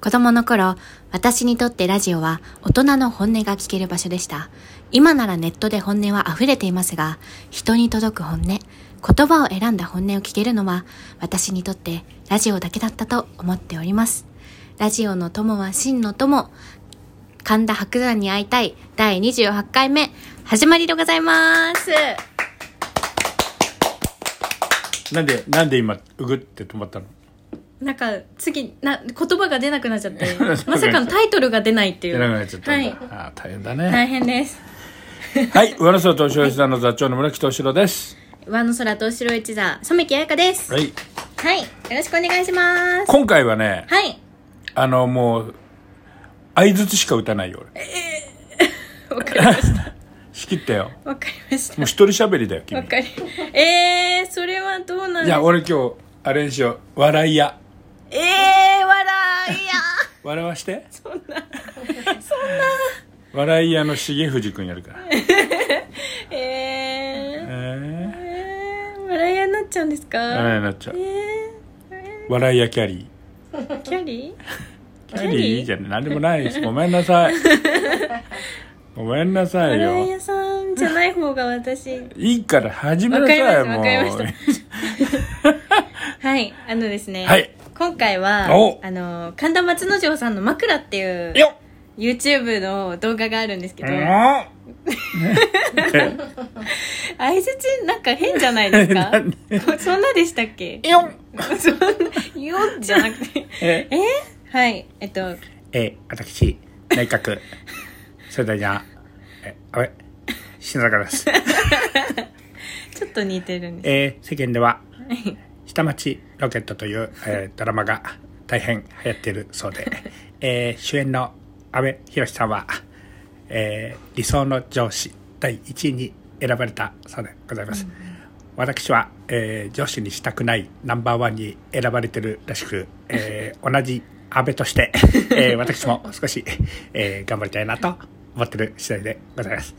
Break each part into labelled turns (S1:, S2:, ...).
S1: 子供の頃、私にとってラジオは大人の本音が聞ける場所でした。今ならネットで本音は溢れていますが、人に届く本音、言葉を選んだ本音を聞けるのは、私にとってラジオだけだったと思っております。ラジオの友は真の友、神田伯山に会いたい第28回目、始まりでございます。
S2: なんで、なんで今、うぐって止まったの
S3: なんか次な言葉が出なくなっちゃって まさかのタイトルが出ないってい
S2: 出なく
S3: う
S2: なっちゃったんだ。ああ大変だね。
S3: 大変です
S2: はい、上野総投資吉田の座長の村木敏郎です。
S3: 上の空と後ろ一座染木彩香です
S2: はい。
S3: はいよろしくお願いします
S2: 今回はね、
S3: はい
S2: あの、もう、相づちしか打たないよ、俺。
S3: わかりました
S2: 仕切ったよ。も
S3: わかりまし
S2: う一人喋りだよ、
S3: た
S2: 君
S3: わ。かりえー、それはどうなん
S2: じ
S3: で
S2: ゃ
S3: す
S2: あ、俺今日、あれにしよう。笑いや。
S3: えー、笑いや
S2: 笑わして。そ んな、そんな。笑い屋の重藤君やるから。
S3: えー、
S2: え
S3: えー、笑いやになっちゃうんですか
S2: ー、笑い屋になっちゃう
S3: え。ー、え
S2: 笑いやキャリー。
S3: ーキャリ
S2: キャリーいいじゃん。なんでもないです。ごめんな さい。ごめんなさ
S3: ー
S2: い
S3: 笑い
S2: よ。
S3: 屋さんじゃない方が私
S2: いいから始めなさい、
S3: わかりま
S2: も
S3: し
S2: う。
S3: たわかりはい、あのですね、
S2: はい
S3: 今回は
S2: お、
S3: あの、神田松之丞さんの枕っていう
S2: よっ
S3: YouTube の動画があるんですけ
S2: う
S3: ど、
S2: ん
S3: 相づちなんか変じゃ ないですか
S2: 何
S3: こそんなでしたっけ
S2: よっ
S3: そんな、よっじゃなくて。
S2: え
S3: えはい、えっと、
S2: え、私、内閣、世代じゃ、え、あれ、篠坂です。
S3: ちょっと似てるんです。
S2: えー、世間では、下町ロケットという、えードラマが大変流行っているそうで、 えー主演の阿部寛さんは、えー理想の上司第1位に選ばれたそうでございます。私は、えー上司にしたくないナンバーワンに選ばれてるらしく、えー同じ阿部として、えー私も少し、えー頑張りたいなと思ってる次第でございます。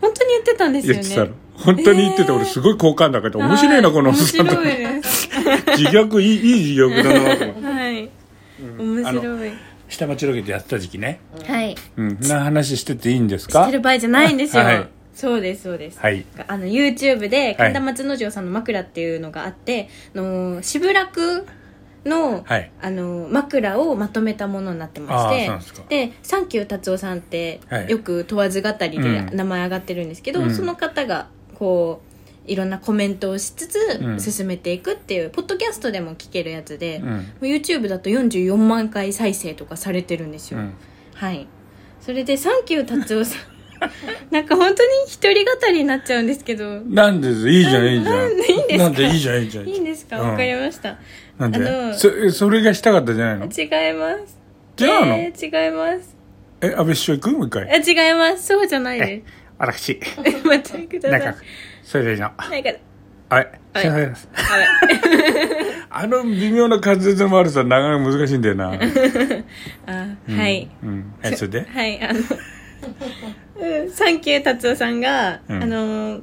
S3: 本当に言ってたんですよ
S2: 言っ
S3: ね。
S2: てたの本当に言ってて、
S3: えー
S2: 俺すごい好感だけど面白いな
S3: は
S2: このおっ
S3: 面
S2: さんと思っ
S3: 白
S2: て
S3: いです。
S2: 自虐いいいい自虐だなと思って
S3: はい。面白い。
S2: 下町ロケでやってた時期ね
S3: はい。
S2: うんそんな話してていいんです
S3: し
S2: か
S3: てる場合じゃないんですよ。
S2: はい
S3: そうです、そうです。
S2: はい
S3: あの YouTube で神田松之丞さんの枕っていうのがあって、あの渋楽の,、
S2: はい
S3: あの枕をまとめたものになってま
S2: あーそうなんです
S3: し
S2: か
S3: てでサンキュー達夫さんって
S2: はい
S3: よく問わず語りで
S2: うん
S3: 名前上がってるんですけど、
S2: うん
S3: その方がこういろんなコメントをしつ
S2: うん
S3: つ進めていくっていう、ポッドキャストでも聞けるやつで、
S2: う
S3: も
S2: ん
S3: う YouTube だと44万回再生とかされてるんで
S2: う
S3: すよ、
S2: ん
S3: はい。それで、サンキュー達夫さん。 なんか本当に一人語りになっちゃうんですけど。
S2: なんでいいじゃんいいじゃ
S3: なんでいいんです
S2: んな
S3: か
S2: んでいいじゃんいいじゃん
S3: いいんですか
S2: う
S3: わ、かりました。
S2: なん
S3: あ
S2: で
S3: の
S2: そそれがしたかったじゃないの
S3: 違います。
S2: 違うの
S3: えー違います。
S2: え安倍首相行くもう一
S3: あ、
S2: 回
S3: 違います。そうじゃないで
S2: 私
S3: す。待ってくださ
S2: 内
S3: い。なん
S2: 閣
S3: か、
S2: それでの
S3: あれ。
S2: あれ
S3: はい
S2: すいません あの微妙な滑舌の悪さなかなか難しいんだよ な
S3: あ、はい。
S2: うんはいそれで
S3: はい、あの、 うんサンキュー達夫さんが、
S2: うん
S3: あのー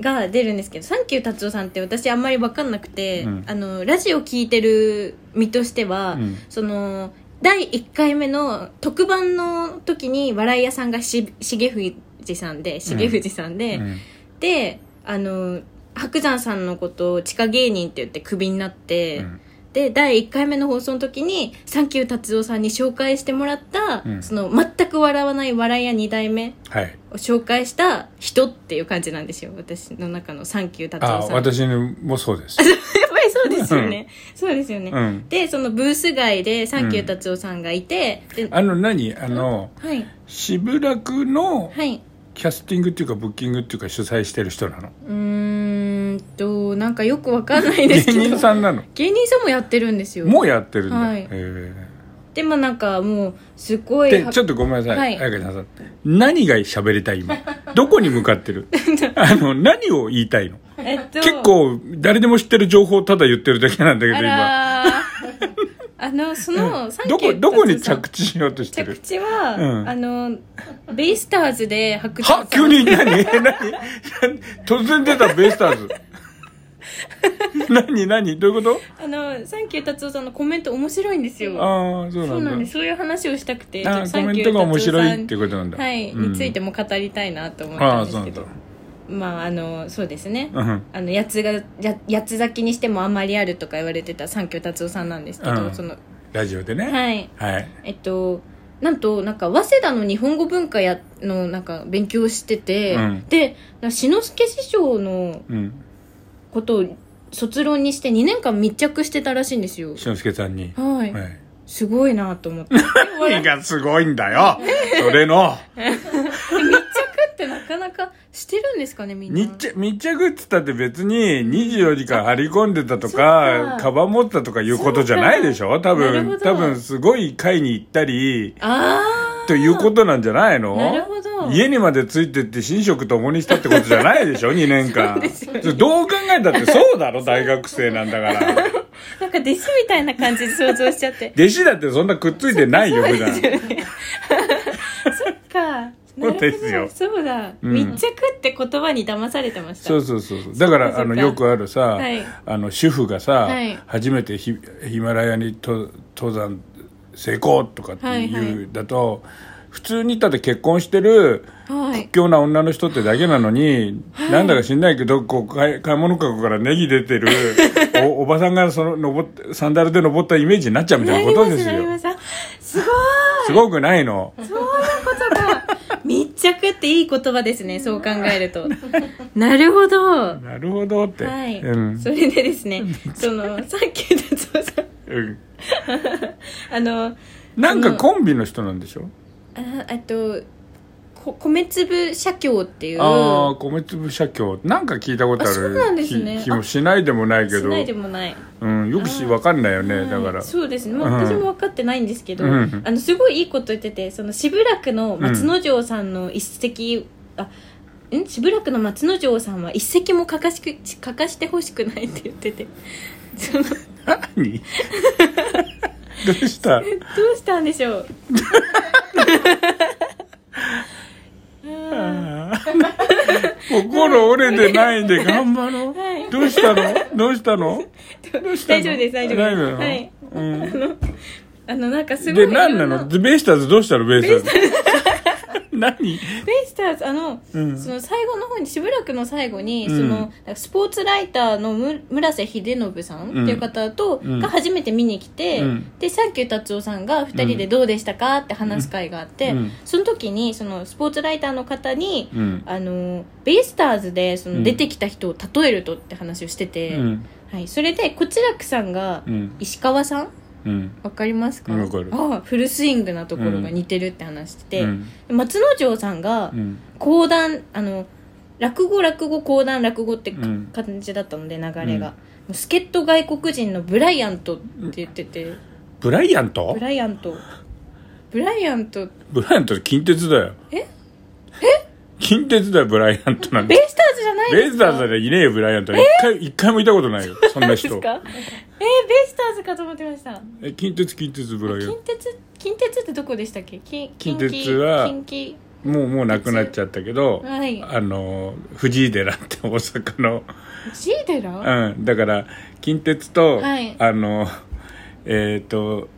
S3: が出るんですけど、サンキュー達夫さんって私あんまりわかんなくて、
S2: うん
S3: あの、ラジオ聞いてる身としては、
S2: うん
S3: その、第1回目の特番の時に笑い屋さんがし、重藤さんで、重藤さんで、
S2: うん
S3: で、あの、白山さんのことを地下芸人って言ってクビになって、
S2: うん
S3: で第1回目の放送の時にサンキュー達夫さんに紹介してもらった、
S2: うん
S3: その全く笑わない笑い屋2代目
S2: はい
S3: を紹介した人っていう感じなんですよ私の中のサンキュー達
S2: あ
S3: 夫さんや っぱり
S2: 私もそう です
S3: そうですよね、そうですよね、
S2: うん
S3: でそのブース外でサンキュー達夫さんがいて、で
S2: あの何あの
S3: はい
S2: 渋楽の
S3: はい
S2: キャスティングっていうかブッキングっていうか主催してる人なの
S3: うーんとなんかよくわかんないで
S2: 芸
S3: すけど
S2: 人さんなの
S3: 芸人さんもやってるんですよ
S2: もうやってるんだ、
S3: はい
S2: へえ
S3: でもなんかもうすごい
S2: でちょっとごめんなさい
S3: はい
S2: 彩香、さん何が喋りたい今どこに向かって るあの何を言いたいの
S3: えっと
S2: 結構誰でも知ってる情報をただ言ってるだけなんだけど
S3: あ
S2: 今
S3: らーあのその、サン
S2: ど
S3: キュー
S2: こどこに
S3: 達夫さん
S2: 着地しようとして
S3: 着
S2: る
S3: 地は、
S2: うん
S3: あのベイスターズで白人さん
S2: は急に何何突然出たベイスターズ何何どういうこ
S3: あのサンキュー達夫さんのコメント面白いんです
S2: と
S3: よ
S2: ああそう
S3: そう
S2: な
S3: なん
S2: ん
S3: で
S2: だ
S3: すそういう話をしたくて
S2: ああ
S3: サ
S2: コ
S3: ン
S2: メ
S3: キ
S2: ン
S3: ュー
S2: トが面
S3: 達夫
S2: 白
S3: さ
S2: い
S3: ん
S2: ってことなんだ
S3: はい、
S2: うん
S3: についても語りたいなと思った
S2: ああ
S3: んで
S2: そうな
S3: すけ
S2: んだ
S3: どまああのそうですね、
S2: うん
S3: あの八つがや八つ咲きにしてもあんまりあるとか言われてた三協達夫さんなんですけど、
S2: うん
S3: その
S2: ラジオでね
S3: はい
S2: はい
S3: えっとなんとなんか早稲田の日本語文化やのなんか勉強してて、
S2: うん
S3: でな志の輔師匠の
S2: うん
S3: ことを卒論にして2年間密着してたらしいんですよ
S2: しのすけさんに
S3: はい、
S2: はい
S3: すごいなと思って 密
S2: 何がすごいんだよそれの
S3: 着ってなかなかしてるんですかねみんな
S2: 密着密着っつったって別に24時間張り込んでたとか
S3: そっか
S2: カバン持ってたとかいうことじゃないでしょ多
S3: なるほ
S2: 分
S3: ど
S2: 多分すごい会に行ったり
S3: ああ
S2: ということなんじゃないの
S3: なるほど
S2: 家にまでついてって寝食共にしたってことじゃないでしょ2 年間
S3: ですよね
S2: それどう考えたってそうだろ大学生なんだから
S3: なんか弟子みたいな感じで想像しちゃって
S2: 弟子だってそんなくっついてないよ普段
S3: そっか
S2: そうですよ
S3: なるほどそうだ、
S2: うん
S3: 密着って言葉に騙されてました
S2: そうそうそうそうだから
S3: そ
S2: あ
S3: うか
S2: のよくあるさ、
S3: はい
S2: あの主婦がさ、
S3: はい
S2: 初めてヒヒマラヤにと登山成功とかっていう、
S3: はいはい
S2: だと普通にだって結婚してる
S3: はい
S2: 屈強な女の人ってだけなのに、なんだか知んないけどこう買い買い物かごからネギ出てるおおばさんがその登ってサンダルで登ったイメージになっちゃうみた
S3: ない
S2: な
S3: り
S2: こと
S3: ま
S2: ですす
S3: な
S2: よ
S3: りますあすご
S2: すごくないの
S3: いそういうことか密着っていい言葉ですねそう考え るとなるほど
S2: なるほどって、
S3: はい、
S2: うん
S3: それでですねそのさっき達夫さん
S2: うん
S3: あの
S2: なんかコンビの人なんでしょ
S3: ああとこ米粒社協っていう
S2: ああ米粒社協なんか聞いたことある
S3: あそうなんですね
S2: 気気もしないでもないけ
S3: し
S2: ど
S3: ないでもない、
S2: うん、よくし分かんないよねだから
S3: はいそうですね、まあ
S2: うん
S3: 私も分かってないんですけど、
S2: うん
S3: あのすごいいいこと言っててその渋楽の松之丞さんの一席、あん渋楽の松之丞さんは一席も書かしく書かしてほしくないって言っててそのど
S2: 何どうした
S3: うしたんでしょうあー
S2: 心折れてないで頑張ろう、
S3: はい
S2: どうしたのどうしたのどうしたの
S3: 大丈夫です大丈夫です
S2: 大なの
S3: はい
S2: うん、
S3: あのなんかすごい
S2: で何ない
S3: ろん
S2: のベイスターズどうしたのベイスターズ何
S3: ベイスターズあの,、
S2: うん
S3: その最後の方に渋楽の最後に、
S2: うん
S3: そのスポーツライターのむ村瀬秀信さんっていう方と、
S2: うん
S3: が初めて見に来て、
S2: うん
S3: でサンキュー達夫さんが2人でどうでしたかって話す会があって、
S2: うん
S3: その時にそのスポーツライターの方に、
S2: うん
S3: あのベイスターズでそ
S2: うん
S3: の出てきた人を例えるとって話をして
S2: う
S3: て、
S2: ん
S3: はい、それでこちらくさんが
S2: うん
S3: 石川さん
S2: うん
S3: わかりますか
S2: わかる
S3: ああフルスイングなところが似てるって話してて、
S2: うん
S3: 松之丞さんが、
S2: うん
S3: 講談あの落語落語講談落語ってか
S2: うん
S3: 感じだったので流
S2: う
S3: れ
S2: ん
S3: が、もう助っ人外国人のブライアントって言ってて、
S2: ブライアント
S3: ブライアントブライアント
S2: ブライアントって近鉄だよ
S3: ええ
S2: 近鉄だよブライアントなん
S3: ベ
S2: て
S3: イスターズじゃない
S2: ベ
S3: で
S2: イス
S3: す
S2: タ
S3: か
S2: ーズでいねえよブライアント一回一回もいたことないよそんな
S3: です
S2: 人
S3: かえー、ベイスターズかと思ってました
S2: え近鉄近鉄ブライアン
S3: 近鉄近鉄ってどこでしたっけ近
S2: 近鉄は
S3: 近畿
S2: トもうもうなくなっちゃったけど、
S3: はい
S2: あの藤井寺って大阪の
S3: ジーデラ、
S2: うん、だから近鉄と、
S3: はい
S2: あのえっ、と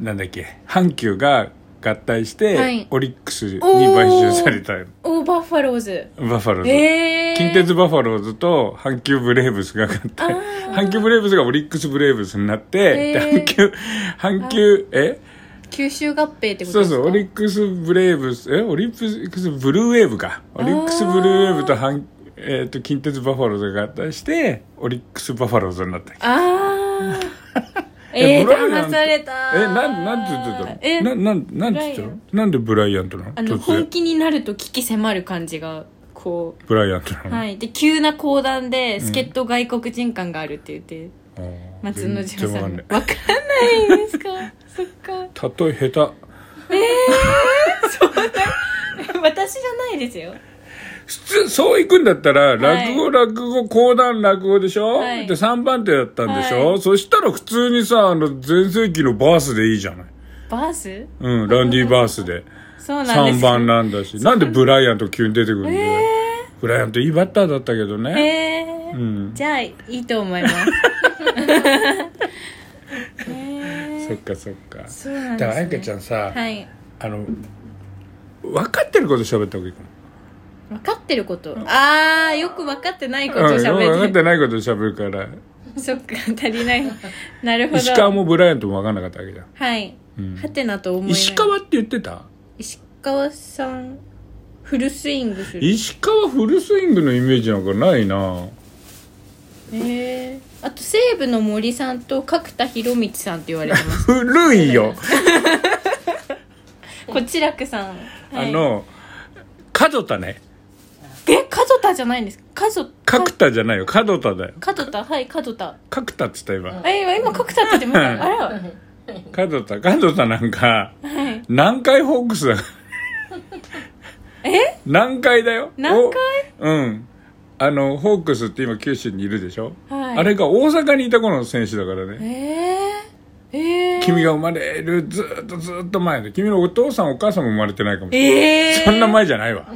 S2: なんだっけ阪急が合体して、
S3: はい
S2: オリックスに
S3: おー
S2: 買収されたよ
S3: オーバーファローズ
S2: バファローズ、
S3: えー、
S2: 近鉄バファローズと阪急ブレーブスが合
S3: あ
S2: 体
S3: ー
S2: 阪急ブレーブスがオリックスブレーブスになって、
S3: へー
S2: で阪急阪急え
S3: 九州合併ってことです
S2: そ
S3: か
S2: うそうオリックスブレーブスえオリックスブルーウェーブかオリックスブルーウェーブと阪えー、と近鉄バファローズが合体してオリックスバファローズになった
S3: あ ー
S2: え
S3: えー、
S2: ブライアン
S3: 騙された
S2: えなんなんて言ってたの
S3: え
S2: ななんなんて言ってた
S3: ブライ
S2: のなんでブライアントなの
S3: あの
S2: 突然
S3: 本気になると危機迫る感じがこ
S2: ブライアントな
S3: う
S2: の、
S3: はいで急な講談で助っ人外国人感があるって言って、
S2: あー
S3: 松之丞さん
S2: 全
S3: わ
S2: 然
S3: かんないですか そっか
S2: わかんない例え下
S3: 私じゃないですよ
S2: 手普通そう行くんだったら
S3: はい
S2: 落語落語講談落語でしょ、
S3: はい
S2: で3番手だったんでしょ、
S3: はい
S2: そしたら普通にさあの全盛期のバースでいいじゃない
S3: バース
S2: うんランディバースで
S3: そうなんです
S2: 3番なんだしなんでブライアント急に出てくるんだよ、
S3: え
S2: ブライアントいいバッターだったけど
S3: へ
S2: ね、う
S3: え
S2: ん
S3: じゃあいいと思 います。へ
S2: そっ
S3: ー
S2: かそっか
S3: そうなん
S2: だ
S3: で
S2: から彩
S3: す、ね。
S2: 香ちゃんさ、
S3: はい。
S2: あの分かってること喋った方がいいかも
S3: 分かってること。ああ、よく分かってないこと
S2: うんよく分
S3: 喋
S2: か
S3: っ
S2: っててないこと喋るから
S3: る。 そっか、足り ない。なるほ
S2: 石川
S3: ど。
S2: もブライアントも分かんなかったわけじゃん、
S3: はい。
S2: うん
S3: はてなと思いながら
S2: 石川って言ってた
S3: 石川さん、フルスイングする。
S2: 石川フルスイングのイメージなんかないな
S3: へえあと、西武の森さんと角田博光さんって言われて ます。
S2: 古いよ、
S3: こちらくさん。はい
S2: あ、の角田ね
S3: え、角田じゃないんですか角
S2: 角田じゃないよ角田だよ
S3: 角田、はい、角田。
S2: 角田っつった今
S3: え、今、角田って言ってました。あら。
S2: 角田角田なんか
S3: はい。
S2: 南海ホークスだ
S3: え
S2: 南海だよ
S3: 南海
S2: おうんあのホークスって今九州にいるでしょ、
S3: はい
S2: あれが大阪にいた頃の選手だからね
S3: えー、えー、
S2: 君が生まれるずーっとずーっと前で君のお父さんお母さんも生まれてないかもしれない
S3: えー、
S2: そんな前じゃない わ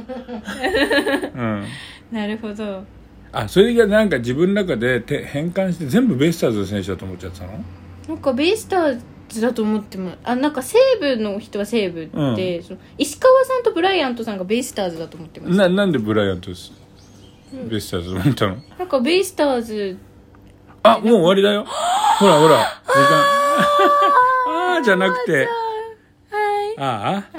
S2: うん
S3: なるほど
S2: あそれがなんか自分の中でて変換して全部ベイスターズの選手だと思っちゃってたの
S3: なんかベイスターズだと思ってもあなんか西武の人は西武って、その石川さんとブライアントさんがベイスターズだと思ってます
S2: ななんでブライアントです、ベイスターズ思ったの
S3: なんかベイスターズ
S2: あもう終わりだよほらほら時間 あーじゃなくて
S3: はい
S2: あ
S3: あ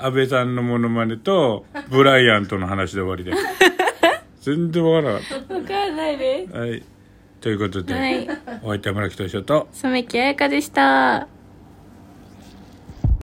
S2: あ安倍さんのモノマネとブライアントの話で終わ りだよ全然わからなかっ
S3: あ分かんないで
S2: たはいということで、
S3: はい
S2: お相手は村木敏夫と
S3: す染木彩香でした